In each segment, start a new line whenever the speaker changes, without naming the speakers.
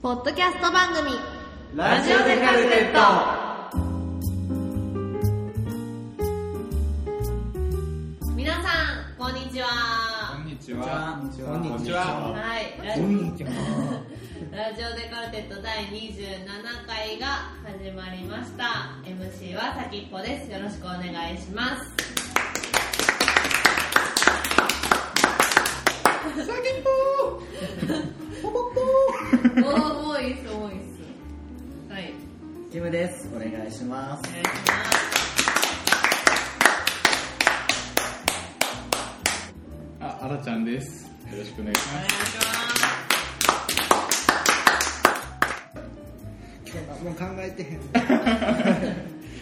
ポッドキャスト番組
ラジオでカルテット
皆さんこんにち
こ
は
んにちは。
こんにちは
こんにちは。
はいラ
こ
ジ
んにちは
ラジオでカルテット第27回が始まりました MC はさきっぽですよろしくお願いします さきっぽーもうもういいっすもういいっすはい
キムですお願いしま
お願いします
あ、あらちゃんです。よろしくお願いします
今日何も考えてへん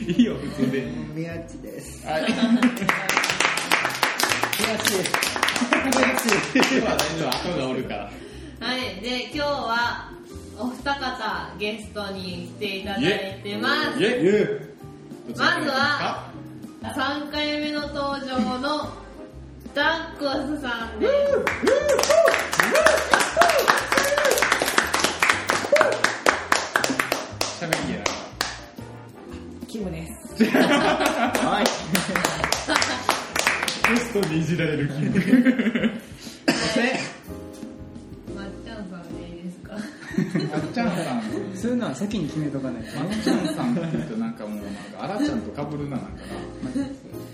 す。いいよ、普通で。
宮地です
はい。
宮地宮
今は大丈夫、後がおるから。
す。はい、で、今日はお二方ゲストに来ていただいてます。
え、え。どちらから
まずは3回目の登場のダックスさんです。
ですか。喋りや。
地キムですはい
ゲストにいじられる気。
そして
まっちゃんさんでいいですか
まっちゃんさん。
そういうのは先に決めとかないと
ま
ね。
っちゃんさんって言うと、なんかもう、なんか、あらちゃんと被るな、なんかな。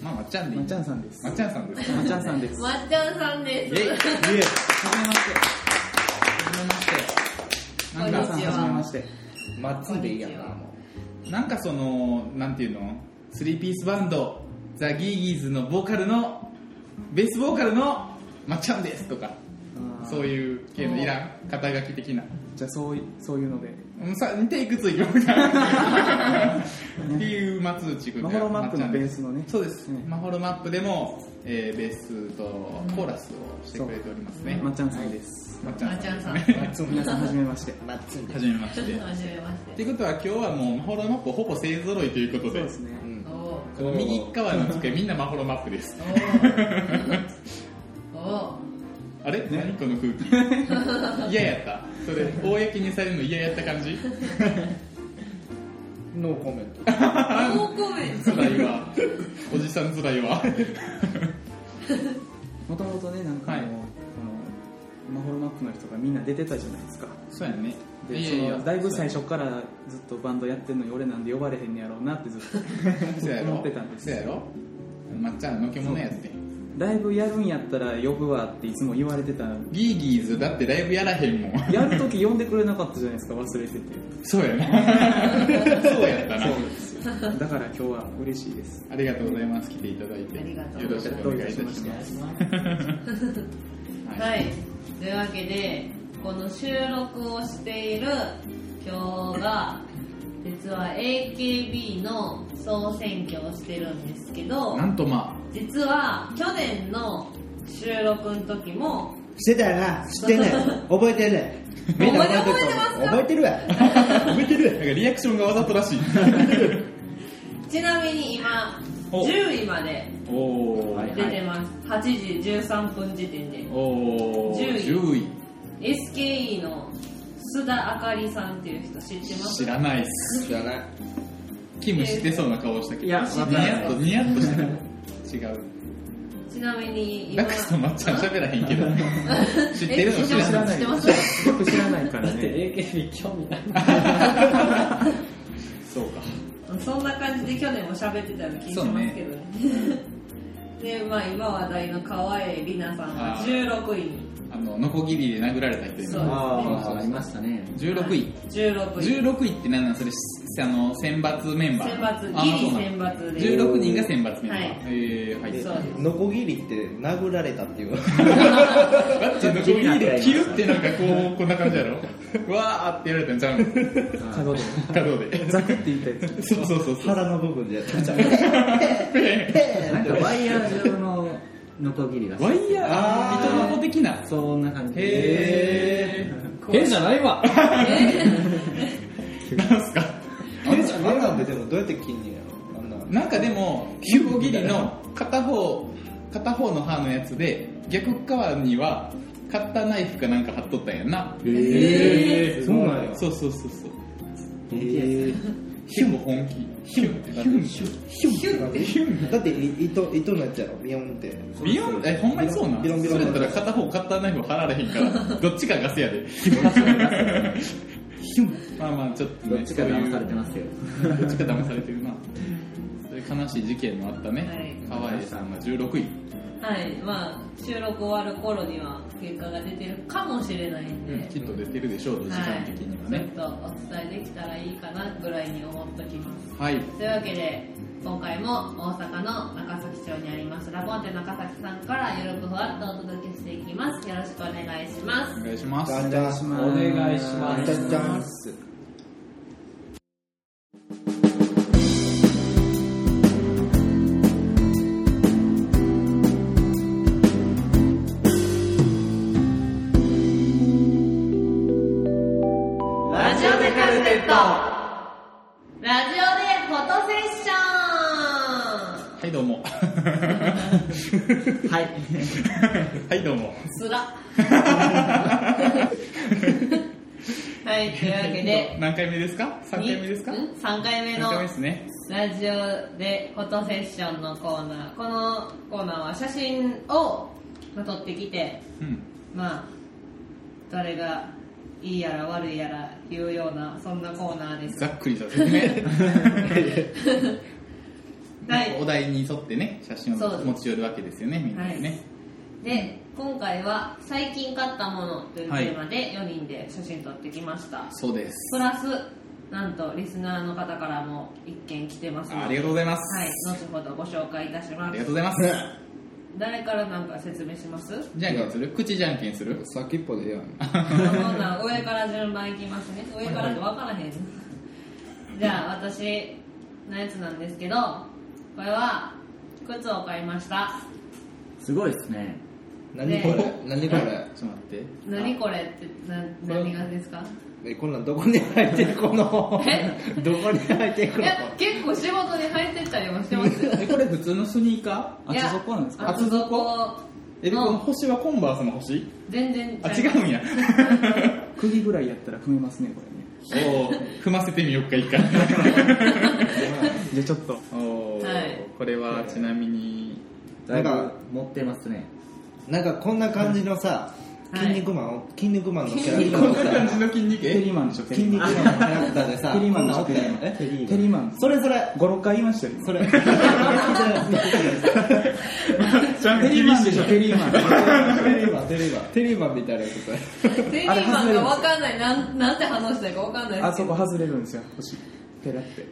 まあ、まっちゃんでいい。
まっちゃんさんです
まっちゃんさんです。
まっちゃんさんです。
まっちゃんさんです。
え、え。
はじめまして。
こんに
なんか、
は
ち
じめまして。皆さんはじめま
は。
して。
マッツンでいいやんなも
なんかその、なんていうのスリーピースバンド、ザ・ギーギーズのボーカルの、ベースボーカルの、まっちゃんですとか、そう
う。
いう系のいらん、肩書き的な。
じゃあそうい、そういうので。
うんさ、テイク2いきましょうっていう松内君
マホロマップのベースのね。
そうです、
うん
マホロマップでも、えーベースとコーラスをしてくれておりますね。
まっちゃんさんです。
まっ
まっちゃんさん。は
ですね。
皆さんはじめまして。
マッツンで
はじめまし
じ
て。
め
っ
まして
て。いうことは今日はもうマホロマップほぼ勢揃いというこ
そう
とで、
ですね。
うん
おお
この右側の机みんなマホロマップです。
おお
あれ何この空気嫌やったそれ公にされるの嫌やった感じ
ノーコメント
ノーコメント。
辛いわおじさん辛いわ
もともとね、なんかもう、
はい
あの、マホロマップの人がみんな出てたじゃないですか。
そうやね
で、その、だいぶ最初からずっとバンドやってんのに俺なんで呼ばれへんねやろうなってずっと
そうやろ
思ってたんです
そうやろまっちゃんのけものやって
ライブやるんやったら呼ぶわっていつも言われてたのに
ギーギーズだってライブやらへんもん
やるとき呼んでくれなかったじゃないですか、忘れてて。
そうやなそうやったな
そうですよ。だから今日は嬉しいです。
ありがとうございます来ていただいて
ありがとう
よろしくお願いいたしますは
はい、というわけでこの収録をしている今日が実は AKB の総選挙をしてるんですけど
なんとま
実は去年の収録の時も
してたよな 知ってんねん覚えてんねんみんな覚えてると思う覚えてるわ
あ 覚えてるなんかリアクションがわざとらしい
ちなみに今
お
10位まで
おお、
はい
出てます、8時13分時点で
おお
10位
10位
SKE の須田あかりさんっていう人知ってます
知らないっす
知らない
キム知ってそうな顔したけど
いやわかん
ニ
ない
ヤッとニヤッとしたけど違
ちなみに
う
今
だからさまっちゃん喋らへんけど知ってるの知らな
知
い
ってます
よく知らないからね。
AKB 興味ない
そうか
そんな感じで去年も喋ってたような気がしますけどね。 で、まあ今話題の川栄里奈さんが
あ
16位に。
あのノコギリで殴られた人いる
そう
ああありましたね
16位
16位。
16位って何なんそれしあの選抜メンバー
選抜、
あ
ギリ
そうな
選
ん
抜で。
16人が選抜メンバー、
はい
えー、入って
そ
た
うです。
ノコギリって殴られたっていう
だってノコギリで切るってなんかこうこんな感じやろわーってやられたんちゃうの
カドで。
角で
ザクって言ったやつ。
そうそうそうそう
腹の部分でやったんちゃう
なんかワイヤー状のノコギリが
ワイヤ
あ
ー
ー
糸の子的な
そんな感じ
へ
変じゃないわ
ーなんすか
あんなあんなんででもどうやって切んねんやろあんなん
なんかでも9個切りの片方片方の歯のやつで逆側にはカッターナイフかなんか貼っとったんやんな
えー、そうなんや。
そうそうそうそう
えー、
ヒュンも本気ヒュンってなる
ヒュンヒュンだってい糸糸になっちゃうのビヨンって
ビヨンえほんまにそうなん
ビロンビロ
そ
ン
れやったら片方カッターナイフ貼られへんからどっちかガスやで
ヒュン
まあまあちょっと
ど
ね
っちか騙されてますよ。
そういうどっちか騙されてるなそういう悲しい事件もあったね
は
河合さんが16位
はい、まあ収録終わる頃には結果が出てるかもしれないんで、
きっと出てるでしょう時間的にはね
ちょっとお伝えできたらいいかなぐらいに思っときます
はい
というわけで今回も大阪の中崎町にありますラボンテ中崎さんからよろくふわっとお届けしていきますよろしくお願いしま
お
す
願いします
じゃんじゃん
お願いしま
じゃんじゃん
す。
ラジオでカルテットラジオでフォトセッショ
はいどうも
はい。
はいどうも
ンつらはいというわけで
何回目ですか3回目ですか
ん3回目
3
の
回目ですね
ラジオでフォトセッションのコーナーこのコーナーは写真をまあ撮ってきて
うん
まあ誰がいいやら悪いやら言うようなそんなコーナーです
ざっくりした説明
はい
お題に沿ってね写真
そうで
を
す
持ち寄るわけですよねみんなでね、
で今回は最近買ったものというテーマで4人で写真撮ってきました、
そうです
プラスなんとリスナーの方からも1件来てますので
ありがとうございます、
はい後ほどご紹介いたし
あ
ます
りがとうございます
誰からなんか説明します
じゃんけんする口じゃんけんする
先っぽでやん
そんな上から順番いきますね上からって分からへんじゃあ私のやつなんですけどこれは靴を買いました
すごいですね。
何これ何こ
ちょっ
れ
と待って
何これってな何がですか
えこんなんどこに入ってるこの
え
どこに入ってく
い
の
や結構仕事に入ってったりもしてますよ
えこれ普通のスニーカー
いや
厚底なんですか
厚底
えこの星はコンバースの星
全然
あ違うんや
釘ぐらいやったら踏めますね、これね。
おお踏ませてみよっか一回
じゃあちょっと。
おお、
はい
これはちなみに
だいぶ
なんか
持ってますね。
なんかこんな感じのさ
はい
筋肉マンを筋肉マンのキャラクタ
こんな感じの筋肉
テリ
え
ーマンでしょ、テ
筋
リー
肉
マン。
マンのキャラクターでさ
テリーマン
こん
でし
な
ょ、
んおっ
テ
た
リ
やん
ーマン。
え
テリーマン。
それそれ
5、6回言いましたよ。
それそれ
ちゃん
テリーマンでしょ、テ
テ
リーマン。
テリーマンテリーマンテリーマンみたいなやつ
テリーマンが分かんないなんなんて話したか分かんないで
あ
すけ
そ
ど
こ外れるんですよ、腰。ペラって。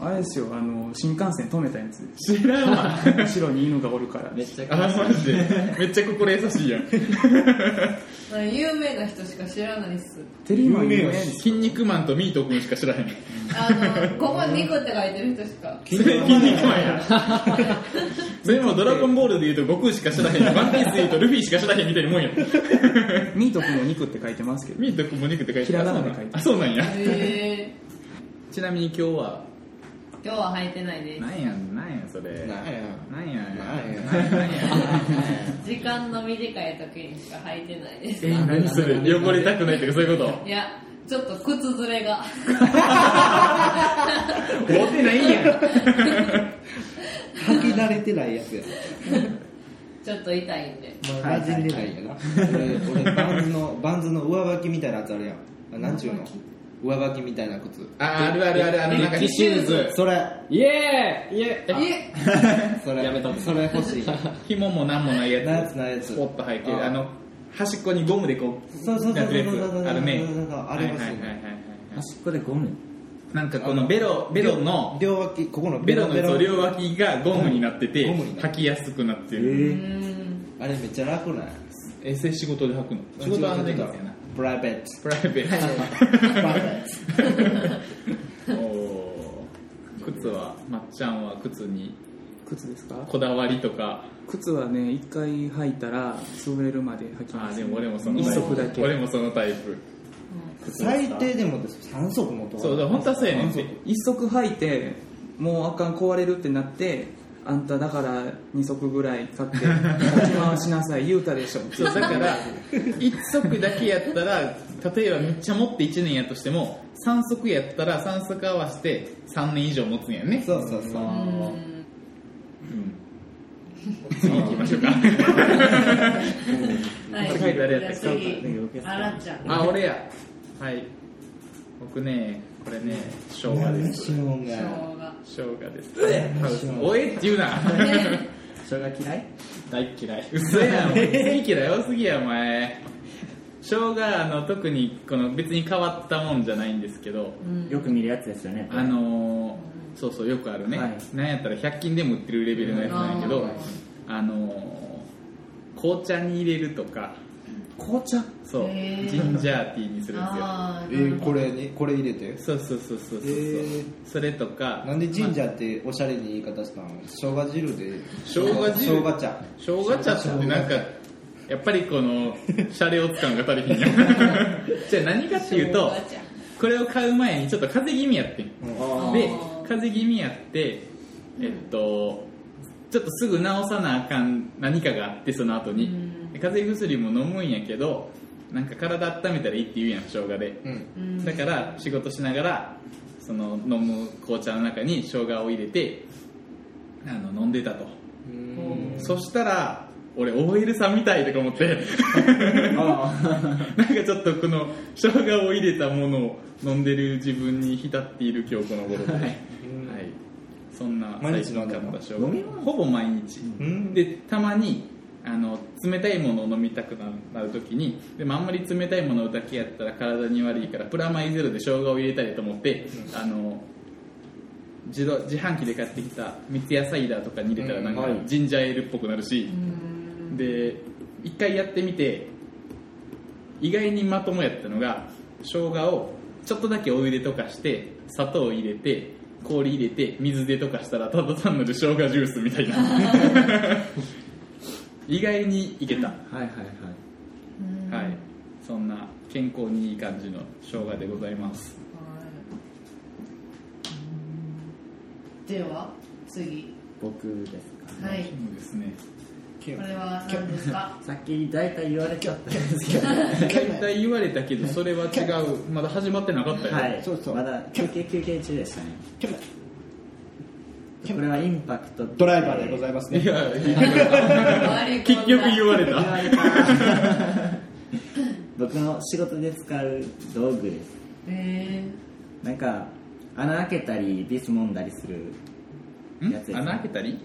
あれですよ、あの、新幹線止めたやつ。
知らんわ
後ろに犬がおるから。
めっちゃ
あマジでめっちゃ心優しいやん
有名な人しか知らないっす
テリーマン有名です
筋肉マンとミート君しか知らへん
あのここ肉って書いてる人しか
それ筋肉マンや それもドラゴンボールで言うと悟空しか知らへんワンピースで言うとルフィしか知らへんみたいなもんや
ミート君も肉って書いてますけど。
ミート君も肉って書いて
ひらがなで書いてる
あそうなんや
へえ
ちなみに今日は
今日は履いてないです
なんやなんやそれ
なんや
なんや
なんや
時間の短い時にしか履いてないです
え何それ汚れたくないとかそういうこと
いやちょっと靴ずれが
持ってないんや
履き慣れてないやつや
ちょっと痛いんで
まあ馴染んでないやな俺俺バンズのバンズの上履きみたいなやつあるやんあなんちゅうの上履きみたいな靴
ああるあるあるあのなんかシューズ
それ
イエーイイエーイ
え
それそれ欲しい
紐もなんもないやつ
なやつなやつ
ポッと入ってる
あ
あの端っこにゴムでこう
そうそうそう
やってるや
そうそうそう
つあるね
そうそうそうあ
はいは
れ欲しいね
いはいはいはい
端っこでゴム。
なんかこのベロベロの
両脇ここの
ベロのやつを両脇がゴムになってて
ゴムになる
履きやすくなってる
うーん
あれめっちゃ楽ない
えそれ仕事で履くの仕事は安全ですよな
プライベート
プライベ
プライベ
ー
ート
トおー靴はまっちゃんは靴に
靴ですか
こだわりとか
靴はね、一回履いたら潰れるまで履き
あ
ま
ー
す。
でも俺もその
一
タイ
足だ
プ
け。
俺もそのタイプ
最低でも3足もと
そうだから本当はそうやねんて
一足履いてもうあかん壊れるってなってあんただから2足ぐらい買って立ち回しなさい言うたでしょ
そうだから1足だけやったら例えばめっちゃ持って1年やとしても3足やったら3足合わせて3年以上持つんやね
そうそうそう
う
は
ん
次行きましょうか
はい
高い誰やったっ
じゃあ次
け
あらちゃん
あ俺やはい僕ねこれね生姜です
しょう
生
が
生姜ですハウスおえって言うな
姜
それが嫌い
大っ嫌い嘘やん好き嫌い多すぎやお前生姜あの特にこの別に変わったもんじゃないんですけど
う ん
よく見るやつですよね
あのーそうそうよくあるね、
はい
なんやったら100均でも売ってるレベルのやつなんやけど、
うん
あのー紅茶に入れるとか
紅茶
そう
へー
ジンジャーティーにするんですよ
あ
え
ーなる
ー
ほ
こ
ど
れにこれ入れて
そうそうそうそうそうそう、
へー
それとか
なんで神社っておしゃれに言い方したの生姜汁で
生姜汁
生姜茶
生姜茶ってなんかやっぱりこのシャレオツ感が足りひんやんじゃあ何かっていうと
生姜茶
これを買う前にちょっと風邪気味やってん
あー
で風邪気味やってえっとちょっとすぐ治さなあかん何かがあってその後に
うん
で風邪薬も飲むんやけどなんか体温めたらいいって言うやん生姜で
うん
うん
だから仕事しながらその飲む紅茶の中に生姜を入れてあの飲んでたと
うん
そしたら俺 OL さんみたいとか思って なんかちょっとこの生姜を入れたものを飲んでる自分に浸っている今日この頃で、はい、そんな
毎日飲ん
買
だ
っ
の
た生姜ほぼ毎日、
うん
でたまにあの冷たいものを飲みたくなるときにでもあんまり冷たいものだけやったら体に悪いからプラマイゼロで生姜を入れたりと思って、あの自動自販機で買ってきた三ツ矢サイダーとかに入れたらなんか
うんはい
ジンジャーエールっぽくなるし、で一回やってみて意外にまともやったのが生姜をちょっとだけお湯で溶かして砂糖を入れて氷入れて水で溶かしたらただ単なる生姜ジュースみたいな 意外にいけた、
はいはいはい
うん
はいそんな健康にいい感じの生姜でございます
はいでは次
僕ですか、
はい
そうですね
これは何ですか
さっき大体言われちゃったんですけど
大体言われたけどそれは違うまだ始まってなかったよ、
はい、
そうそう
まだ休憩休憩中でしたね。これはインパクト。
ドライバーでございます
い
ね
やいや 結局言われ
言わ
た
れた僕の仕事で使う道具です。
え
なんか穴開けたりビス揉んだりする
ん
やつです、
穴開けたり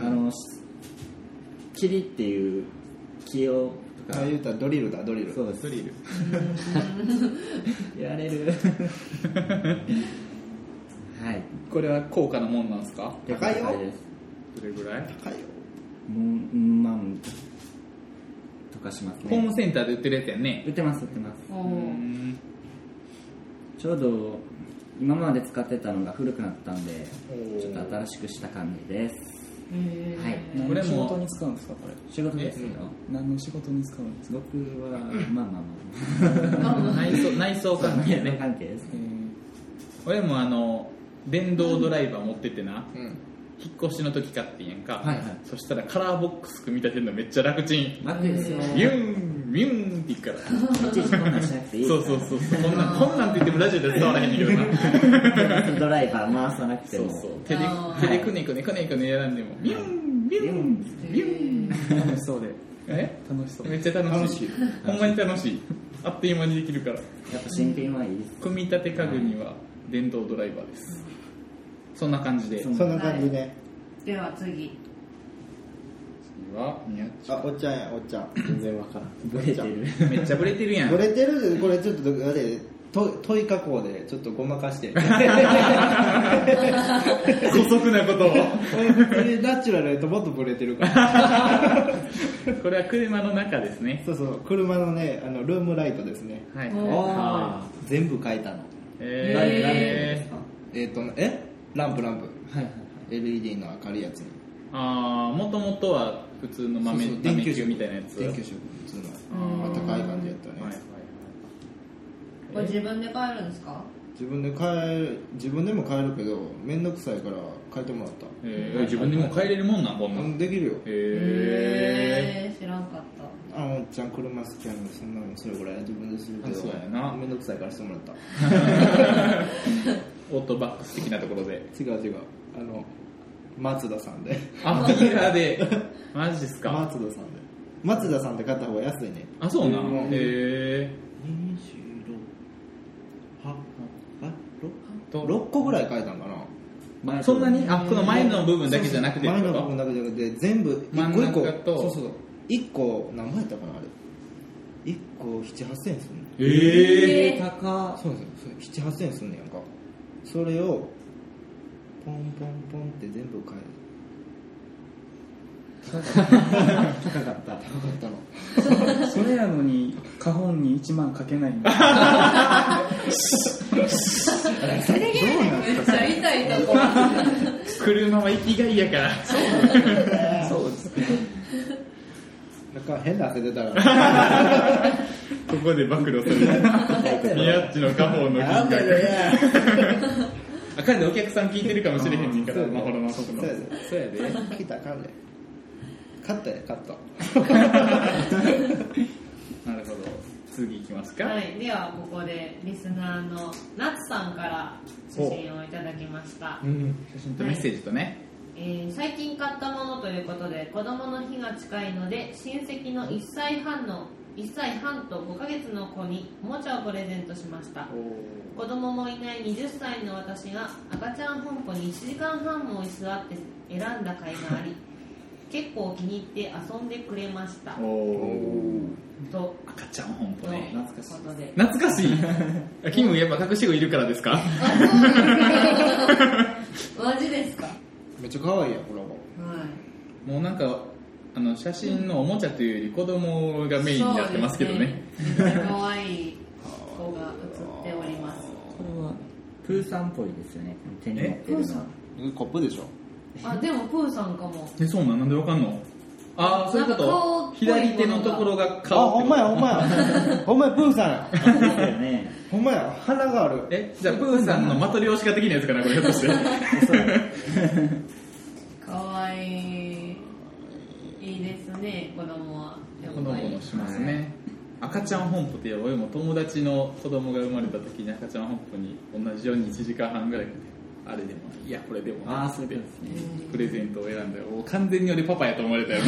あのし霧っていう気を
あ言うたらドリルだドリル
そうです
ドリル
やれる。はい。
これは高価なもんなんですか
高いよ
高いです。
どれぐらい
高いよ
もううん万とかします
ホーム
ね。
センターで売ってるやつやんね
売ってます売ってます。
ー、お
う
ー
ん
ちょうど今まで使ってたのが古くなったんで
おー
ちょっと新しくした感じです
えー
はい
何
これ
の
も
仕事に使うんですかこれ
仕事ですよ
何の仕事に使うんですか、
僕はまあまあま
内装内装
あまあ
関係や
そう
ね
関係です
えー
俺もあの電動ドライバー持っててな
うん
引っ越しの時買ってんやんか、
はいはい
そしたらカラーボックス組み立てるのめっちゃ楽ちん
楽ですよ
ビューンビューンっていくから
いちいちこんなんしなくていい
そうそうそうそうこんなんこんなんって言ってもラジオで伝わらへんねんけどな
ドライバー回さなくて
そう
も
そう手で
あー
手でくねくねくねくねやらんでもビューンビューンビューン
楽しそうで
え
楽しそう
めっちゃ楽しい
楽
ほんまに楽しいあっという間にできるから
やっぱ新品はいいで
組み立て家具には電動ドライバーです、そんな感じで
そうん
そんな感じね
では次
次は宮地
あおっちゃんやおっちゃん全然わからん
すブレてる
めっちゃブレてるやん
ブレてるこれちょっとあれ と問い加工でちょっとごまか してこ
古速なことを
れこれナチュラルやともっとブレてるから
これは車の中ですね
そうそう車のねあのルームライトですね
はい
おー
あ
全部変えたの
えー、
えっ、とえランプランプ
ーはい
LED の明るいやつに
ああもともとは普通の豆
そうそう
豆球みたいなやつ
電球色普通のあったかい感じやったね、
はいはいはい
これ自分で買えるんですか
自分で買える自分でも買えるけど面倒くさいから買えてもらった、
えー自分でもう帰れるもんなんこんな
うんんできるよ
へえ
えー知らんかった
あのおっちゃん車好きやのそんなのそれぐらい自分でするけ
あ
ど
そうやな
面倒くさいからしてもらった
オートバックス的なところで
違う違うあの松田さんで
あディーラー でマジですか
松田さんで松田さんで買った方が安いね
あそうな
うん
んへえ
26はあ
と
6, 個ぐらい買えたんかな
前と
そんなにあこの前の部分だけじゃなくて
前の部分
と
だけじゃなくて全部
真
一
ん
個一個
中と
そうそうそう一個何枚やったかなあれ一個七八千円すんね
ええ
えー
高
そうなんですよ七八千円すんねやんかそれをポンポンポンって全部買える
高かった
高かったの
それやのに花本に1万かけないんだ
めっちゃ痛いとこ
車は生きがいや か ら
そうです
なんか変な汗出たら
ここで暴露する 宮っちの家宝の
なん
金
だよ
額
ね
あかんでお客さん聞いてるかもしれへんねんか
そう
ら
やで
まほろの
そう
の
やでそうやで来たかんで勝ったよ勝った
なるほど次いきますか、
はい、ではここでリスナーのナツさんから写真をいただきました、
うん
写真とメッセージとね、
えー最近買ったものということで子供の日が近いので親戚の1歳半の1歳半と5ヶ月の子におもちゃをプレゼントしました子供もいない20歳の私が赤ちゃん本舗に1時間半も居座って選んだ甲斐があり結構気に入って遊んでくれました
おお
と
赤ちゃん本舗ね
のことで
懐かしいあキムやっぱ隠し子いるからですか
マジですかは
めっちゃ可愛いやんほらも
もうなんかあの写真のおもちゃというより子供が
い
メインになってますけどね
そうですねめっちゃ可愛い子が写っております
これはプーさんっぽいですよね手に持ってるのは
うコップでしょ
あでもプーさんかも
えそうなんなんでわかんのああそういうこ
なんか顔っぽいもの
と
が
左手のところが
あ
顔
ほんまやほんまやほんまやプーさんや
そうですよね
ほんまや鼻がある
えじゃあプーさんのマトリョーシカ的なやつかなこれひょっとして
可愛いいいですね子供は
この子もしますね、赤ちゃん本舗っていえば俺も友達の子供が生まれた時に赤ちゃん本舗に同じように1時間半ぐらいあれでもいやこれでも
ああそういうことですね
プレゼントを選んだよ完全に俺パパやと思われたよ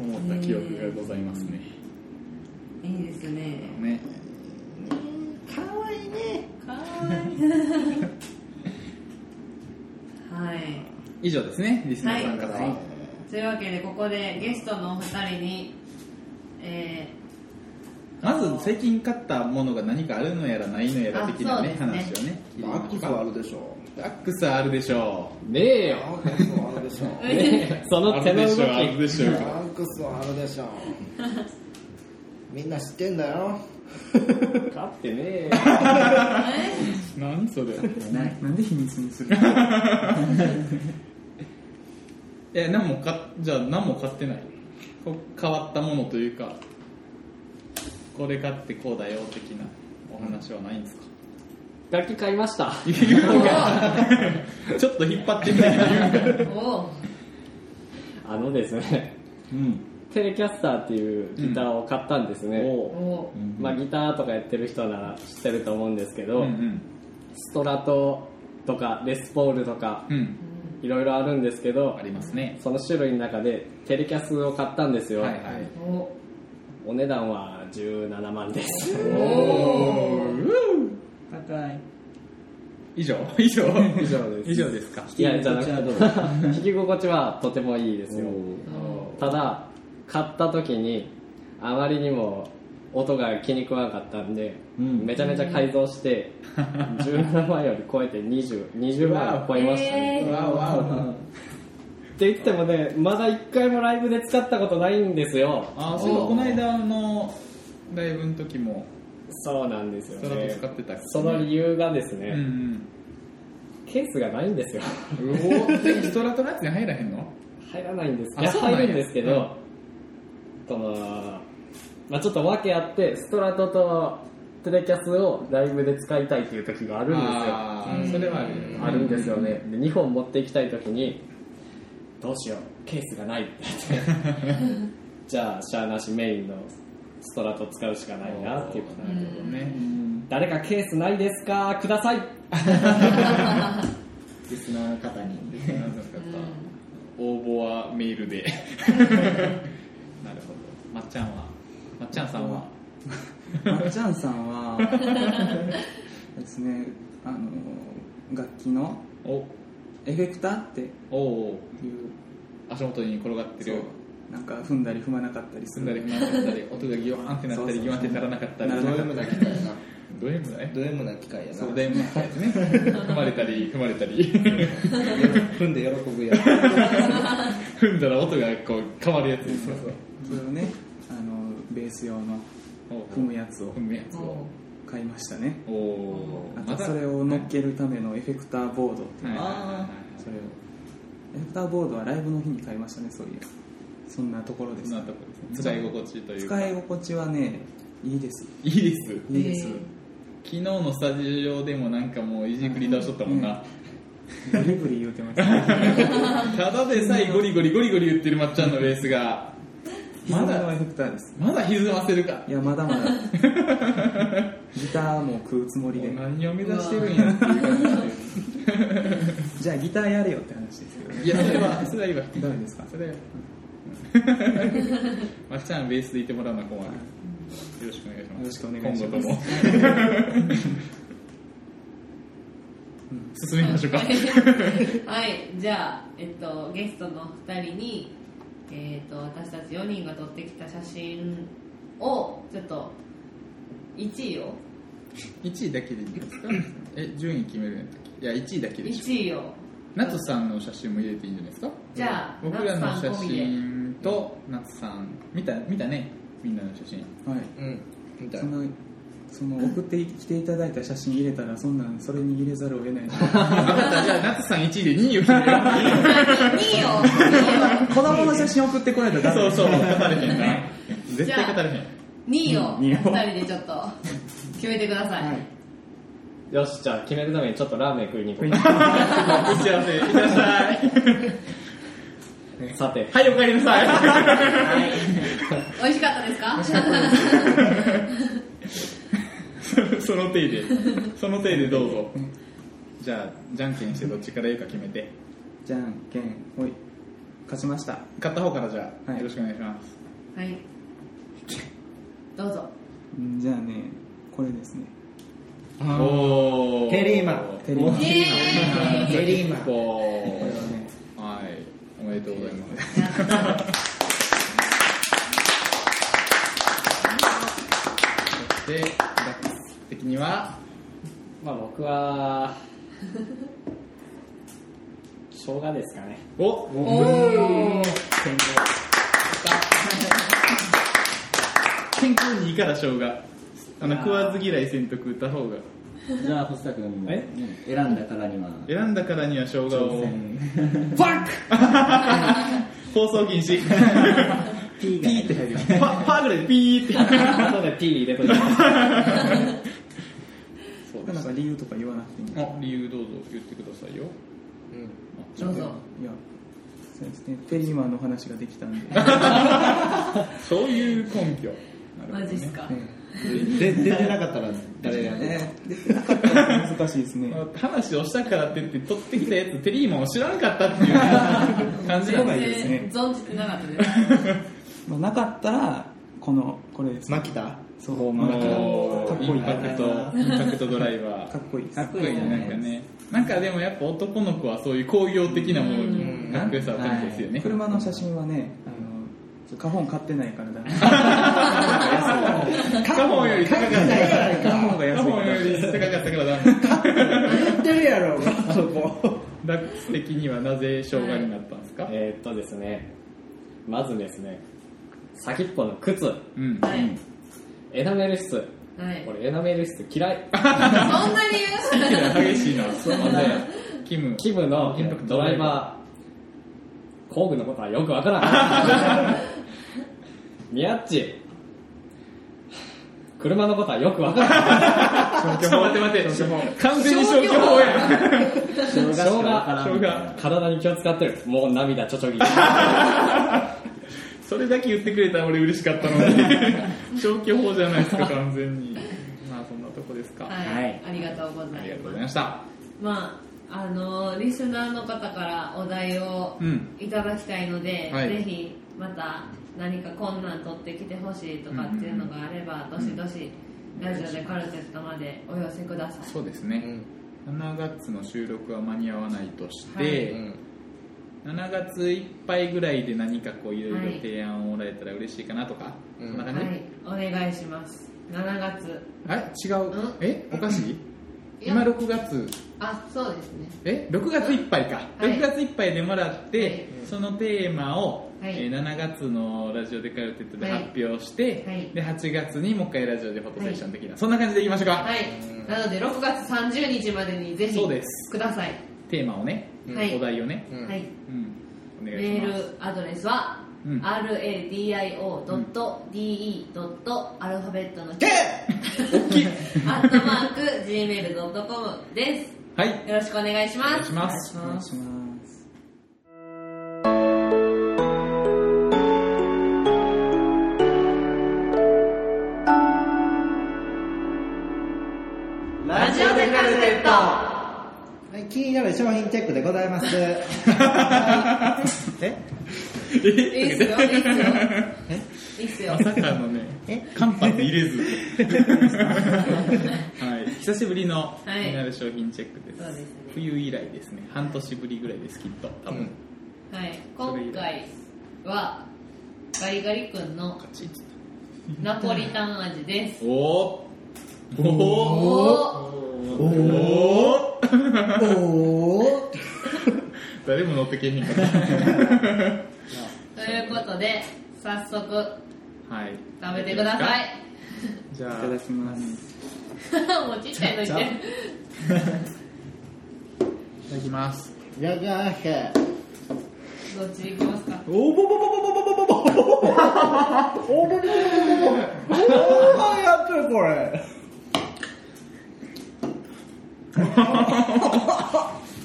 思った記憶がございますね
いいですね
ね
可愛いね可愛いはい
以上ですねリスナーさんからは、
はいというわけでここでゲストのお二人に、え
まず最近買ったものが何かあるのやらないのやら的な
あ
ね
そうで
話
す
をね
アックスはあるでしょ
アックスはあるでしょ
ねえ
ア
よ。
ックスはあるでしょ
ーえ
その手の動き。
あるでし
ア
ょう
ックスはあるでしょみんな知ってんだよ
勝ってねえよ。
何それ
ない
なんで秘密にする
え何もかじゃあ何も買ってないこ変わったものというかこれ買ってこうだよ的なお話はないんですか
楽器買いました。
ちょっと引っ張ってみたけど言うんか
ー、お
あのですね、
うん
テレキャスターっていうギターを買ったんですね。
おお
まあギターとかやってる人なら知ってると思うんですけ
う
ど、
んうん
ストラトとかレスポールとか
うん
いろいろあるんですけど
あ、りますね
その種類の中でテレキャスを買ったんですよ。
はいはい
お
お値段は17万です。
高い
以上 以上
以上です
以上ですか
いや、じゃな
こっ
く
ちはどう
て、弾き心地はとてもいいですよ。ただ買った時にあまりにも音が気に食わなかったんで、
うん
めちゃめちゃ改 造して、17万より超えて2020万を超えましたね、
えー
わおわお
って言ってもねまだ一回もライブで使ったことないんですよ
ああそういえばこの間のライブの時も
そうなんですよ
それ
ね
と使ってたっけ
その理由がですね、
うん
ケースがないんですよ
うんうおーえ ストラトラッツに入らへんの
入らないんです
あ
いや
そうなんや
入るんですけ
うん
ど、そのまあ、ちょっと訳あってストラトとテレキャスをライブで使いたいっていう時があるんですよ
あーそれはあるよね
あるんですよねで2本持っていきたい時にどうしようケースがないってなって じゃあシャアなしメインのストラト使うしかないなっていうことなんで
ね
誰かケースないですかください
リスナーの方に。
なんだった応募はメールで なるほどまっちゃんはまっちゃんさんは
まっちゃんさ んはですねあの楽器の
お
エフェクターってい
おう
う
足元に転がって
そう
る
なんか踏んだり踏まなかったりす
積んだり
る
踏まなかったり音がギワーンってなったりギワーンってならなかったり
なら
ド
なか
M な機械やな
ド M だね
ド M な機械やな
そうだよね踏まれたり踏まれたり
踏んで喜ぶやつ
踏んだら音がこう変わるやつです
それをねあのベース用の
おう
踏むやつを
踏むやつを
買いましたね
おお
あとそれを乗っけるためのエフェクターボードっていう
はいはいはい
あ
それをエフェクターボードはライブの日に買いましたねそういうそんなところで
そん
す
なとこですね使い心地というか
使い心地はねいいです
いいです昨
いいです、
日のスタジオでもなんかもういじくり倒しとったもんな、
ブリブリ言うてます ね
ただでさえゴリゴリゴリゴリ言ってるまっちゃんのベースが
まだのエフェクターです
まだ歪ませるか
いやまだま だギターも食うつもりで
何を目指してるんやっていう感
じゃあギターやれよって話ですけど
じでいやそれはそれは今
ダメですか
それはまっちゃんベースでいてもらうのは困るよろしくお願いします
よろしくお願いします
今後とも進みましょうか
はい、じゃあ、えっと、ゲストの2人に、えっと、私たち4人が撮ってきた写真をちょっと1位を
1位だけでいいんです かえ順位決めるんやったっけいや1位だけでしょ
1位を
夏さんの写真も入れていいんじゃないですか
じゃあ
僕らの
夏さん
写
込みで
真と夏さん見た見たねみんなの写 真
はい
うんみたい
そ
な
のその送ってきていただいた写真入れたらそんなんそれに入れざるを得ない 子
あ分かったじゃあ夏さん1位で2位を決め
2位を
よ
2位を
供の写真送ってこないとダメ
うそう語れへんな絶対語れへん
2位を
二位を
2人でちょっと決めてください、
よしじゃあ決めるためにちょっとラーメン食いに行こうか
打ち合わせいってらっしゃい
さて
はいお帰りなさい
美味しかったですか
そその手でその手でどうぞじゃあじゃんけんしてどっちからいいか決めて
じゃんけんほい勝ちました
買った方からじゃあ、
はい
よろしくお願いします
はいどうぞ
んじゃあねこれですね
おお
テリーマン
テレビ
イエーイ
テリーマン
こ
これはね
うはいおめでとうございますそしてダックス的には
まあ僕は生姜ですかね
お
おお
健康にいいから生姜あの食わず嫌いせんと食った方が
じゃあ、星田君も、
え
うん選んだからには、
選んだからには生姜を
ファック
放送禁 止
ピーって入る。
パパーぐらいでピーって
後で P 入れときます
そう
なんか理由とか言わなくていい
あ理由どうぞ言ってくださいよ
どうぞ
いやそうですねテリーマンの話ができたんで、
そういう根拠
マジっすか
で出てなかったら誰が
えー、できなかったら難しいですね
話をしたからって言って取ってきたやつテリーマンを知らなかったっていう感じなんだよ
いですね
全然存じてなかったです
まあ、なかったらこのこれです、
マキタ
そう
も
まあかっ
う
こ
イ
い
ン
い
パクトインパクトドライバー
かっこいいです
かっこいいねなんかねなんかでもやっぱ男の子はそういう工業的なものにかっこよさを感じですよね
車の写真はねあのちょ花本買ってないからだめ
カホンより高かったから
花本が安
カ
い
ホン
から
より高かったからダメ
言ってるやろそこ
ダックス的にはなぜ生姜になったんですか、
えーっとですねまずですね先っぽの靴
うん
はい
エナメル質
はい
これエナメル質嫌い
そんな理由
激しいなそんなキム
キムの
インパクト
ドライバー工具のことはよくわからんミヤッチ車のことはよくわからない。
ちょっと待って待って、完全に消去法やん。
生姜しかわからんみたいな
生
体に気を使ってる。もう涙ちょちょぎ。
それだけ言ってくれたら俺嬉しかったのに。消去法じゃないですか、完全に。まあそんなとこですか。あ
は
はいい、
ありがとうござ
りが
い
とう
ます
ござい。ました。
まあ、あのリスナーの方からお題を
うん
いただきたいので、
はい
ぜひまた何かこんなん取ってきてほしいとかっていうのがあれば、どしどしラジオでカルテットまでお寄せください。
そうですね。7月の収録は間に合わないとして、
はい
7月いっぱいぐらいで何かこういろいろ提案をもらえたら嬉しいかなとか、そんな感じ、
はい、お願いします。7月。
あれ違う、
うん
えおかしい
いや
今6月
あ、そうですね。
え6月いっぱいか、
はい
6月いっぱいでもらって、
はい
そのテーマを、
はい
えー7月のラジオで通ってで
はい
発表して、
はい
で8月にもう一回ラジオでフォトセッション的な、そんな感じでいきましょうか、
はい。なので、6月30日までにぜひ
そうです
ください。
テーマをね、
はい
お題をね、
うん
はい。
うんお
メ
願いします
ールアドレスは、
うん
radio.de.alphabet の K
大きい
アットマーク gmail.com です。
はい
よろしくお願いします。
お願いします
お願いしま
します
ラジオでカルテット
はい気になる商品チェックでございますえ
いいっすよ、いいっすよ。いいっすよ
ま。さかのね、間髪入 れず。はい、久しぶりの気
はい
になる商品チェックで
そ
す。
うですね
冬以来ですね、半年ぶりぐらいです、きっと。多分、
はい。今回は、ガリガリ君の
カチッと
ナポリタン味です。
おーお
おお
おおおー
おお
誰も乗ってけへんかった。
ということで、早速、
はい。
食べてください。
じゃあ、
いただきます
もうちっちゃいのいってる。
いただきます。
じゃじゃへ
どっちでいきますか
おぼぼぼぼぼぼぼぼぼぼぼ
おおやってるこ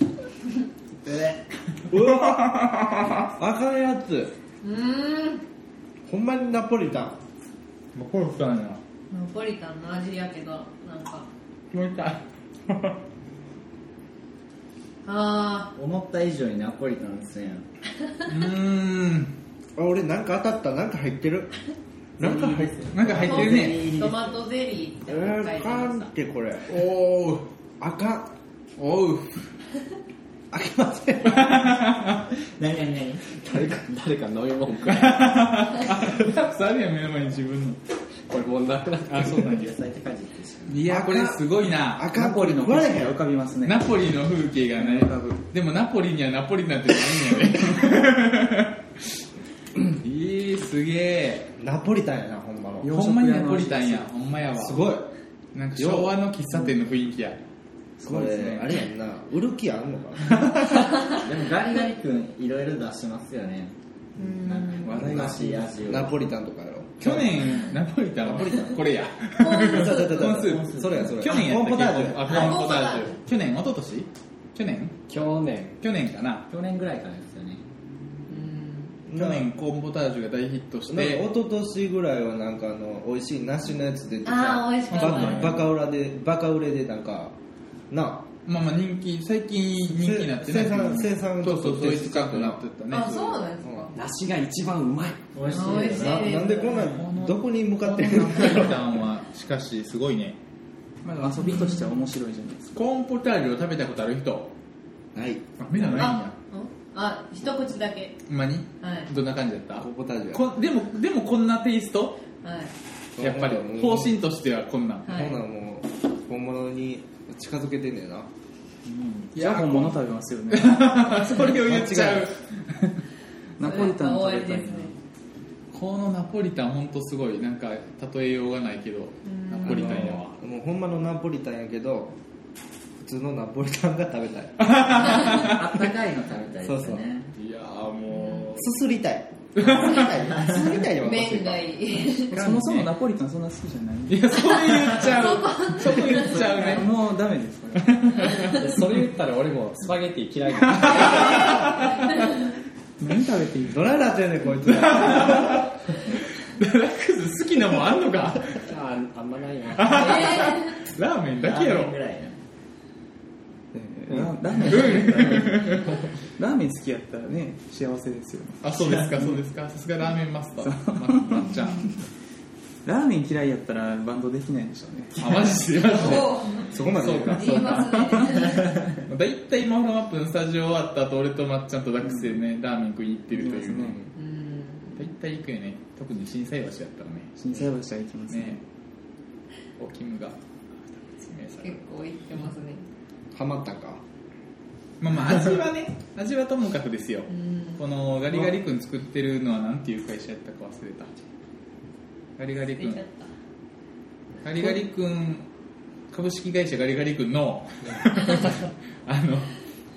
れうわ赤いやつ
うーん
ほんまにナポリタン
もうこれ吹かないな。
ナポリタンの味やけどなんか
もう一回。
あ
思った以上にナポリタンです ね
うーん。
あ俺なんか当たったなんか入ってるなんか入ってる
なんか入ってるね。
ートマトゼリーって書い
え
て
か
まし
ん
た
ってこれ
おう
あかん
おう
あきません
何何何
誰か、誰か飲み物くれ。
あるやん目の前に自分の
これもうなくなって
あそうなん
野菜って感じってしか
いやこれすごいな
あか
ナ
ん
ポ
これ
リの
食われ
星
へ
が浮
ん
かびますね
ナポリの風景がねでもナポリにはナポリなんてないんだよね えー、すげえ
ナポリタンやなほんまの
洋
ほ
食
ん
屋の
まにナポリタンやほんまやわ
すごい
なんか昭和の喫茶店の雰囲気や
これあれやんな売る気あんの
で
か
もガリガリ君いろいろ出しますよねなんか
話題が
難しい味を
なナポリタンとかやろ
去年ナポリタンはこれや
そうそうそう
コーンス
そ
ー
う
プ
それやそれ
去年やったっけ
コーンポタージュ
あコーンポタージュ去年一昨年去年
去年、
去年かな
去年ぐらいからですよね
うん
去年コーンポタージュが大ヒットし
なんか
て
一昨年ぐらいはなんかあの美味しい梨のやつ出て
あー美味しかった
バカバカ売らでバカ売れでなんかな
まあまあ人気最近人気になって
生産生産
そうそう統一感になってったね
あそうなんですか
梨が一番うまい。
美味し
あ美
い
味
で
し
す
い
あななんでこんなんどこに向かってんの
ナポリタンはしかしすごいね
まあ遊びとしては面白いじゃないですか
コーンポタージュを食べたことある人
ない
あ目がないん
あ
や
うんあ一口だけ
ほんまに
はい
どんな感じだっ
コ
た
ーンポタージュや
こでもでもこんなテイスト
はい
やっぱり
うん
方針としてはこんなん
ほ
はい
んならもう本物に近づけてんねんな
じゃあ本物食べますよね
それを言っちゃう
ナポリタン食
終わ
べ
り
た
で
いな
すね
このナポリタンほんとすごいなんか例えようがないけど
ん
ナポリタンやわ
あのもうほんまのナポリタンやけど普通のナポリタンが食べたい
あったかいの食べたいですね
そうそう
いやーも
すすりたいみたいに渡す
麺
んだ
がいい。
そもそもナポリタンそんな好きじゃないんで
いや、それ言っち ゃう。そこ言っちゃうね。
もうダメですこれ
でそれ言ったら俺もスパゲティ嫌い だ
何食べていい
どないなってんねん こいつら
ラクズ好きなもんあんのか
ああんまないな
ラーメンだけやろ
ぐ。らいな
ララーメン好きやったらラーメン好きやったらね幸せですよ
あ、そうですか、そうですか。さすがラーメンマスター。ままっちゃん。
ラーメン嫌いやったらバンドできないでしょうね
あ、マジで、マジで。
そこまで
そうか、そ
言いうま
か。
すね。
だいたい今のマップのスタジオ終わった後、俺とまっちゃんとダックスでね、ラーメン食いに行ってるとい
行
う
きま
ね。だいたい行くよね。特に震災橋やったらね。
心斎橋は行きますね
ねお、キムが説明さ
結
れる。
構いってますね。
ハマったんか
まあまあ、味はね、 味はともかくですよ。
うん。
このガリガリ君作ってるのはなんていう会社やったか忘れたガリガリ
出
君
ちゃっ
ガリガリ君株式会社ガリガリ君のあの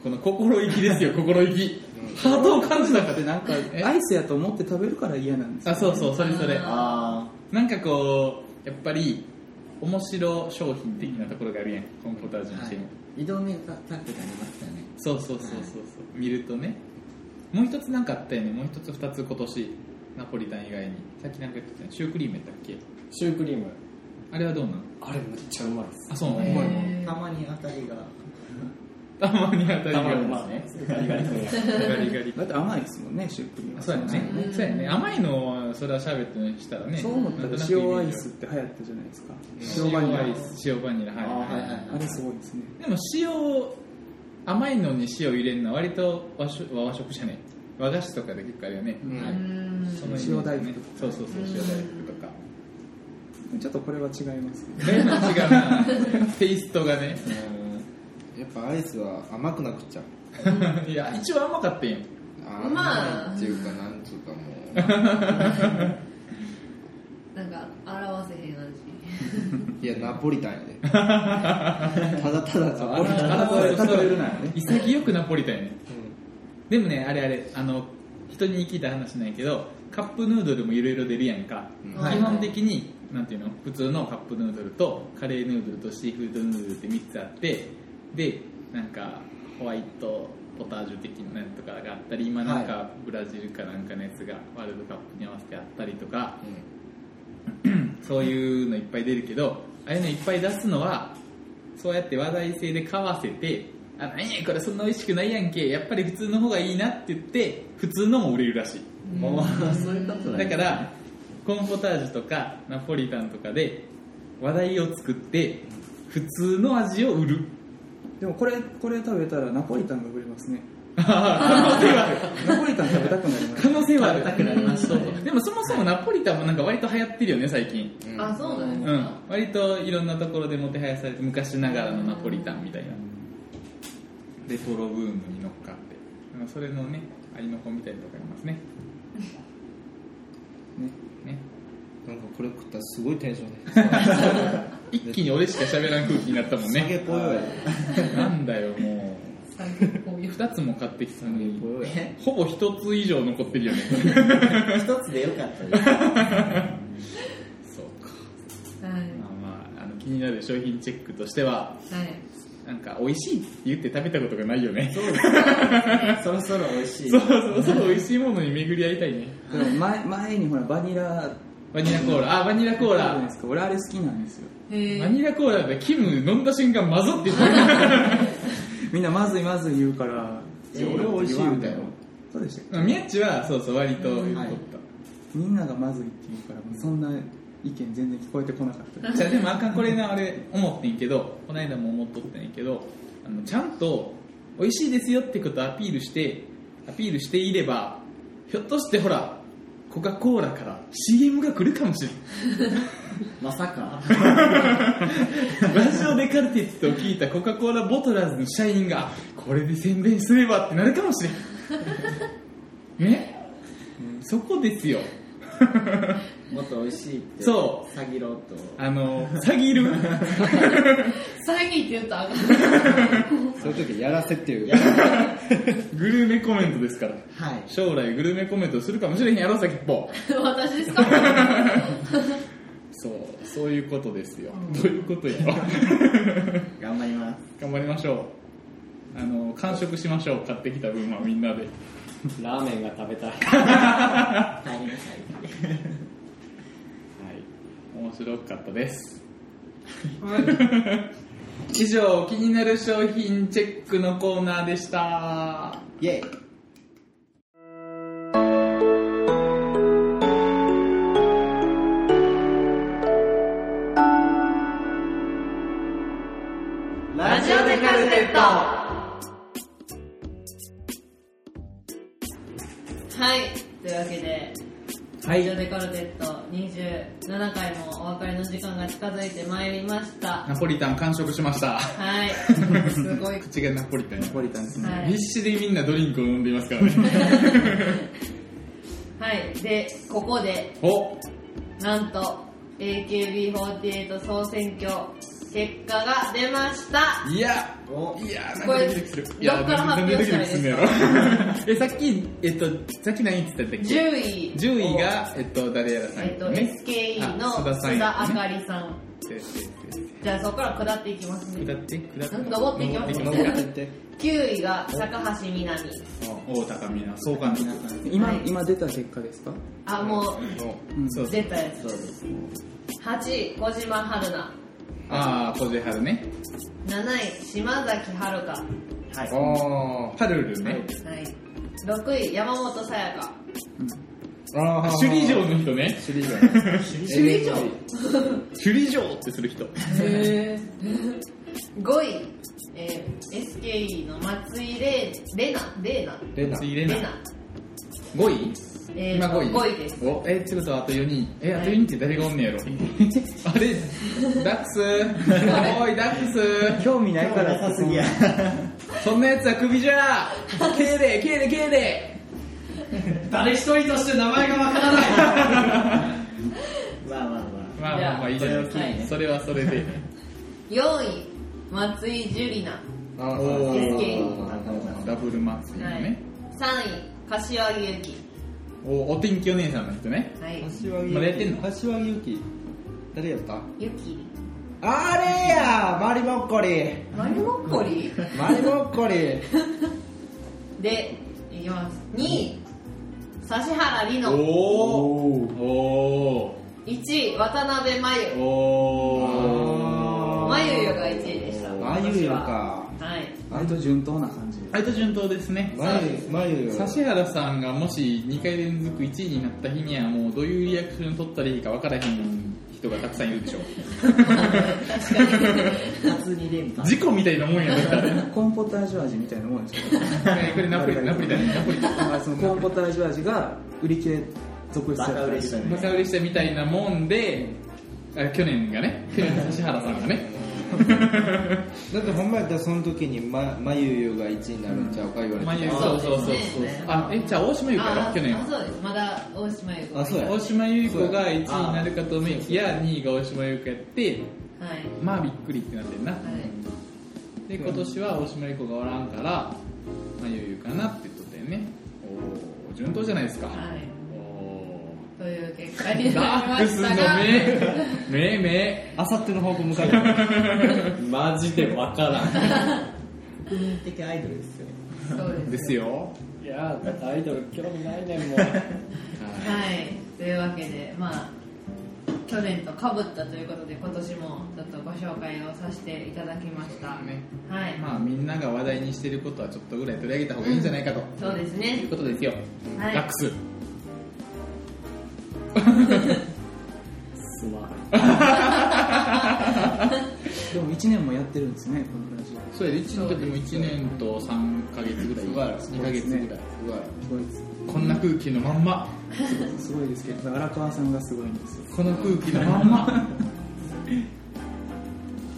この心意気ですよ心意気ハートを感じたかってなんかえ
アイスやと思って食べるから嫌なんです
あそうそうそれそれ
あ
なんかこうやっぱり面白商品的なところがあるやんコーンポタージュにしても、
ー移動目が高くなりましたね
そうそうそうそうそう見るとねもう一つなんかあったよねもう一つ二つ今年ナポリタン以外にさっきなんか言ってたよシュークリームやったっけ
シュークリーム
あれはどうなの
あれめっちゃうまいです
あそうなの、
たまに当たりが
たまに当たり
た
が
まに
ガ
まあねガリガリ君
リガリ
だって甘いですもんねシュークリームは
そうやね
うん
そうやね甘いのをそれはシャーベットにしたらね
そう思ったら塩アイスって流行ったじゃないですか
塩バニラ
ア
塩バニ
イ
ラ
ス
塩バニラはい
あ
はい、
はいはい
あれすごいですね
でも塩を甘いのに塩入れるのは割と和食和食じゃない和菓子とかで結構あるよね、
た。うん。
そのイメージね
塩大福とか
そうそうそう塩大福とか、
ちょっとこれは違いますね
違うな テイストがね
やっぱアイスは甘くなくっちゃう
いや一応甘かったんやん
あ
まあ
甘いっていうかなんつうかも
なんか、表せへん味。
ういやナポリタンやでただただナポリタン
あそうそう
例えるならね
潔くナポリタンやね、でもねあれあれあの人に聞いた話なんやけどカップヌードルもいろいろ出るやんか、
はい
基本的になんていうの普通のカップヌードルとカレーヌードルとシーフードヌードルって3つあってでなんかホワイトポタージュ的なやつとかがあったり今なんかブラジルかなんかのやつがワールドカップに合わせてあったりとか、そういうのいっぱい出るけど、ああいうのいっぱい出すのは、そうやって話題性で買わせて、あ、なんやこれそんな美味しくないやんけ、やっぱり普通の方がいいなって言って、普通のも売れるらしい。
もうそういうこと
だから、コーンポタージュとかナポリタンとかで話題を作って、普通の味を売 る。
でもこれこれ食べたらナポリタンが売れますね
可能性 はあ る。
ナポリタン食べたくなります
可能性はある。
食べたくなりましたね
そうでもそもそもナポリタンもなんか割と流行ってるよね、最近。
あ、そうなんで
う
す
ん
か。、
割といろんなところでもてはやされて昔ながらのナポリタンみたいなレトロブームに乗っかってまあそれのねアリの子みたいなとこありますね
ね
ね
なんかこれ食ったらすごいテンションで
一気に俺しか喋らん空気になったもん
下げ
ね
ぽよや
なんだよ も
最高
う2つも買ってきたのに
よや
ほぼ1つ以上残ってる よね
一つでよかったです
そうか
はい。
まあまああの気になる商品チェックとしては
はい。
なんか美味しいって言って食べたことがないよね
そうですそろそろ美味しい
そうそうそう美味しいものに巡り合いたいね
でも前前にほらバニラ
バニラコーラあバニラコー
あるじゃない
ラ
ですか俺あれ好きなんですよ
えー
バニラコーラでキム飲んだ瞬間まずって言って
みんなまずいまずい言うから
いや俺美味しい言うたよ
そうでしたっけ
た宮っちはそうそう割と言っとった、
みんながまずいって言うからもうそんな意見全然聞こえてこなかった
じゃあでもあかんこれなあれ思ってんけどこの間も思っとったんやけどあのちゃんと美味しいですよってことをアピールしてアピールしていればひょっとしてほらコカ・コーラから CM が来るかもしれん
まさか
ラジオデカルテットを聞いたコカ・コーラボトラーズの社員がこれで宣伝すればってなるかもし れんね、そこですよ
もっと美味しいって
そう
詐欺ろうと
あの詐欺る
詐欺って言うと上がる。
そういう時やらせっていう
グルメコメントですから
はい。
将来グルメコメントするかもしれへんやろ先っぽ
私ですか
そうそういうことですよ、どういうこと やろ
頑張ります。
頑張りましょうあの完食しましょう買ってきた分はみんなで
ラーメンが食べたい。
帰りなさい。
はい、面白かったです。以上、気になる商品チェックのコーナーでした。
イェイ
ラジオでカルテットはい、というわけで、
はい
ラジオでカルテット27回もお別れの時間が近づいてまいりました。
ナポリタン完食しました。
はい、すごい。
口がナポリタンに。
ポリタンですね。
は
必
い、
死でみんなドリンクを飲んでいますから ね。
はい、で、ここで、
お
なんと、AKB48 総選挙、結果が出ました
いやいやなん
こ
か
れ
ドキドキする。い
ど
や、
っから発表したらいいですか
かえ、さっき、えっと、さっき何言ってたっけ
!10 位。
10位が、えっと、誰やらさん
え
や
っと、
ね。
SKE の
あ須田さん
須田あ
やね
かりさん。
ででで
じゃあそこから下っていきます
下
ね。
って、下って。
登っていきますね
登って
9位が高橋みなみ。
大高みな、そうかな。
今、
はい
今出た結果ですか
あ、も
ん
そう
う出たやつ。8位、小島春菜。
ああ、小じはるね。
7位、島崎遥香。
はい。ああ、はるるね。
はい。6位、山本さやか。
あ
あ首里城の人ね。
首里
首里城。
首里城ってする人。
へ5位、えー SKE の松井玲玲奈。玲奈。
レナ
入れ
玲
な。
奈。
5位
えー
今5位。
5位です。
お、え、ってことはあと4人。え、あと4人って誰がおんね やろ。あれ、ダックス。おい、ダック
興味ないから
さすぎや。
ス。そんな奴はクビじゃ。けいで、けいで、けいで。
誰一人として名前がわからない。
まあまあま
まあまあまあ、いいじゃないです
じゃあ
か。それはそれで。
4位、松井樹里奈。
あ
お
あ。
ー
なんかまあ
ダブルマッチの
はい
ね。
3位、柏木由紀。
お、お天気お姉さんの人ね。
はい。
柏木
まだやってんの
柏木由紀誰やった
ゆき。
あれやマリモッコリ
マリモッコリー
マリモッコリ
で、いきます。2位、指原莉
お
乃。
ーおー。
1位、渡辺真由。
おー。
真由よが1位でした。
まゆよか
はい。
割と順当な感じ。
割と順当ですね。
まゆまゆよ
指原さんがもし2回連続1位になった日にはもうどういうリアクション取ったらいいか分からへん人がたくさんいるでしょ
夏に連覇。
事故みたいなもんやだからね
コーンポタージュ味みたいなもんでしょ
こ れナポリナポリだねナポリ
だからそのコーンポタージュ味が売り切れ続出
バカ売れ した
バ
ね。
カ売れしたみたいなもんであ去年がね去年の指原さんが ね
だってほんまやったらその時にままゆよが1位になるんちゃうか言われてた
まゆそうそうそうそうあえじゃあ大島優子
あ
か
あ
去年は
そうです。まだ大島優子。
あそうや
大島優子が1位になるかと思いきや2位が大島優子やって
はい。
まあびっくりってなってんな
はい。
で今年は大島優子がおらんから、まあ、余裕かなって言っとったよねおお順当じゃないですか、
はい。
おお
という結果になり
ダ
ま
ックス
し
の
たが。
目目目
あさっての方向向かって
マジでわからん。
国民的アイドルですよ。
そうです。
ですよ
いやー、アイドル興味ないねんもう。
はい。というわけで、まあ、去年とかぶったということで、今年もちょっとご紹介をさせていただきました。
ね
はい。
まあみんなが話題にしてることはちょっとぐらい取り上げた方がいいんじゃないかと、
そうです
とい
ね
う。ことですよ、
はい
ダックス
すまん。
でも1年もやってるんですね、このラジオ。
そうやで1年でも1年と3ヶ月ぐらい2ヶ月ぐらい
すごいです
こんな空気のまんます
ごいですけど、荒川さんがすごいんですよ。
この空気のまんま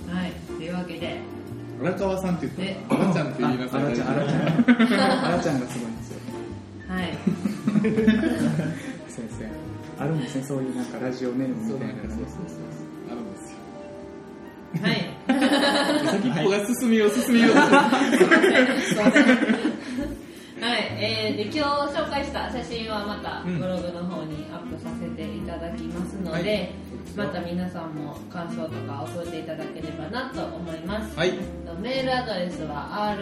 はい。というわけで、
荒川さんって言ったらあらちゃんって言いな
あ
さい
らちゃん、あらちゃん。あらちゃんがすごいんですよ。
はい。
先生。あるんですね、そういうなんかラジオネームみたいなのが。
あるんですよ
はい。
先っぽが進めよう進めようと
はい、えー、で今日紹介した写真はまたブログの方にアップさせていただきますので、また皆さんも感想とか送っていただければなと思います、
はい
メールアドレスは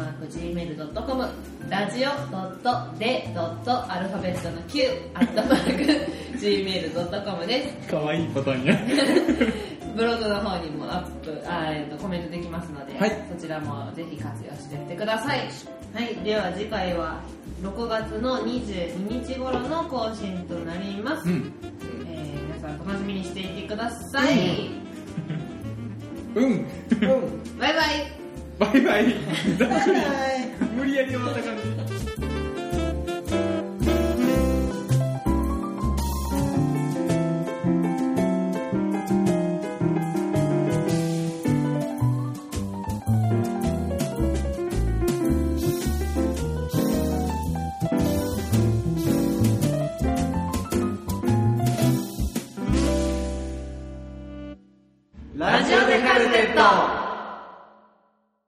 radio.de.alphabet9-gmail.com ラジオ .de.alphabet9-gmail.com です
かわいいパターンや
ブログの方にもアップあ、えー、とコメントできますので、
はい
そちらもぜひ活用していってください、はい、では次回は6月の22日頃の更新となります、
うん
えー皆さん楽しみにしていてください、
うん
バイバイ
バイバイ無理やり終わった感じ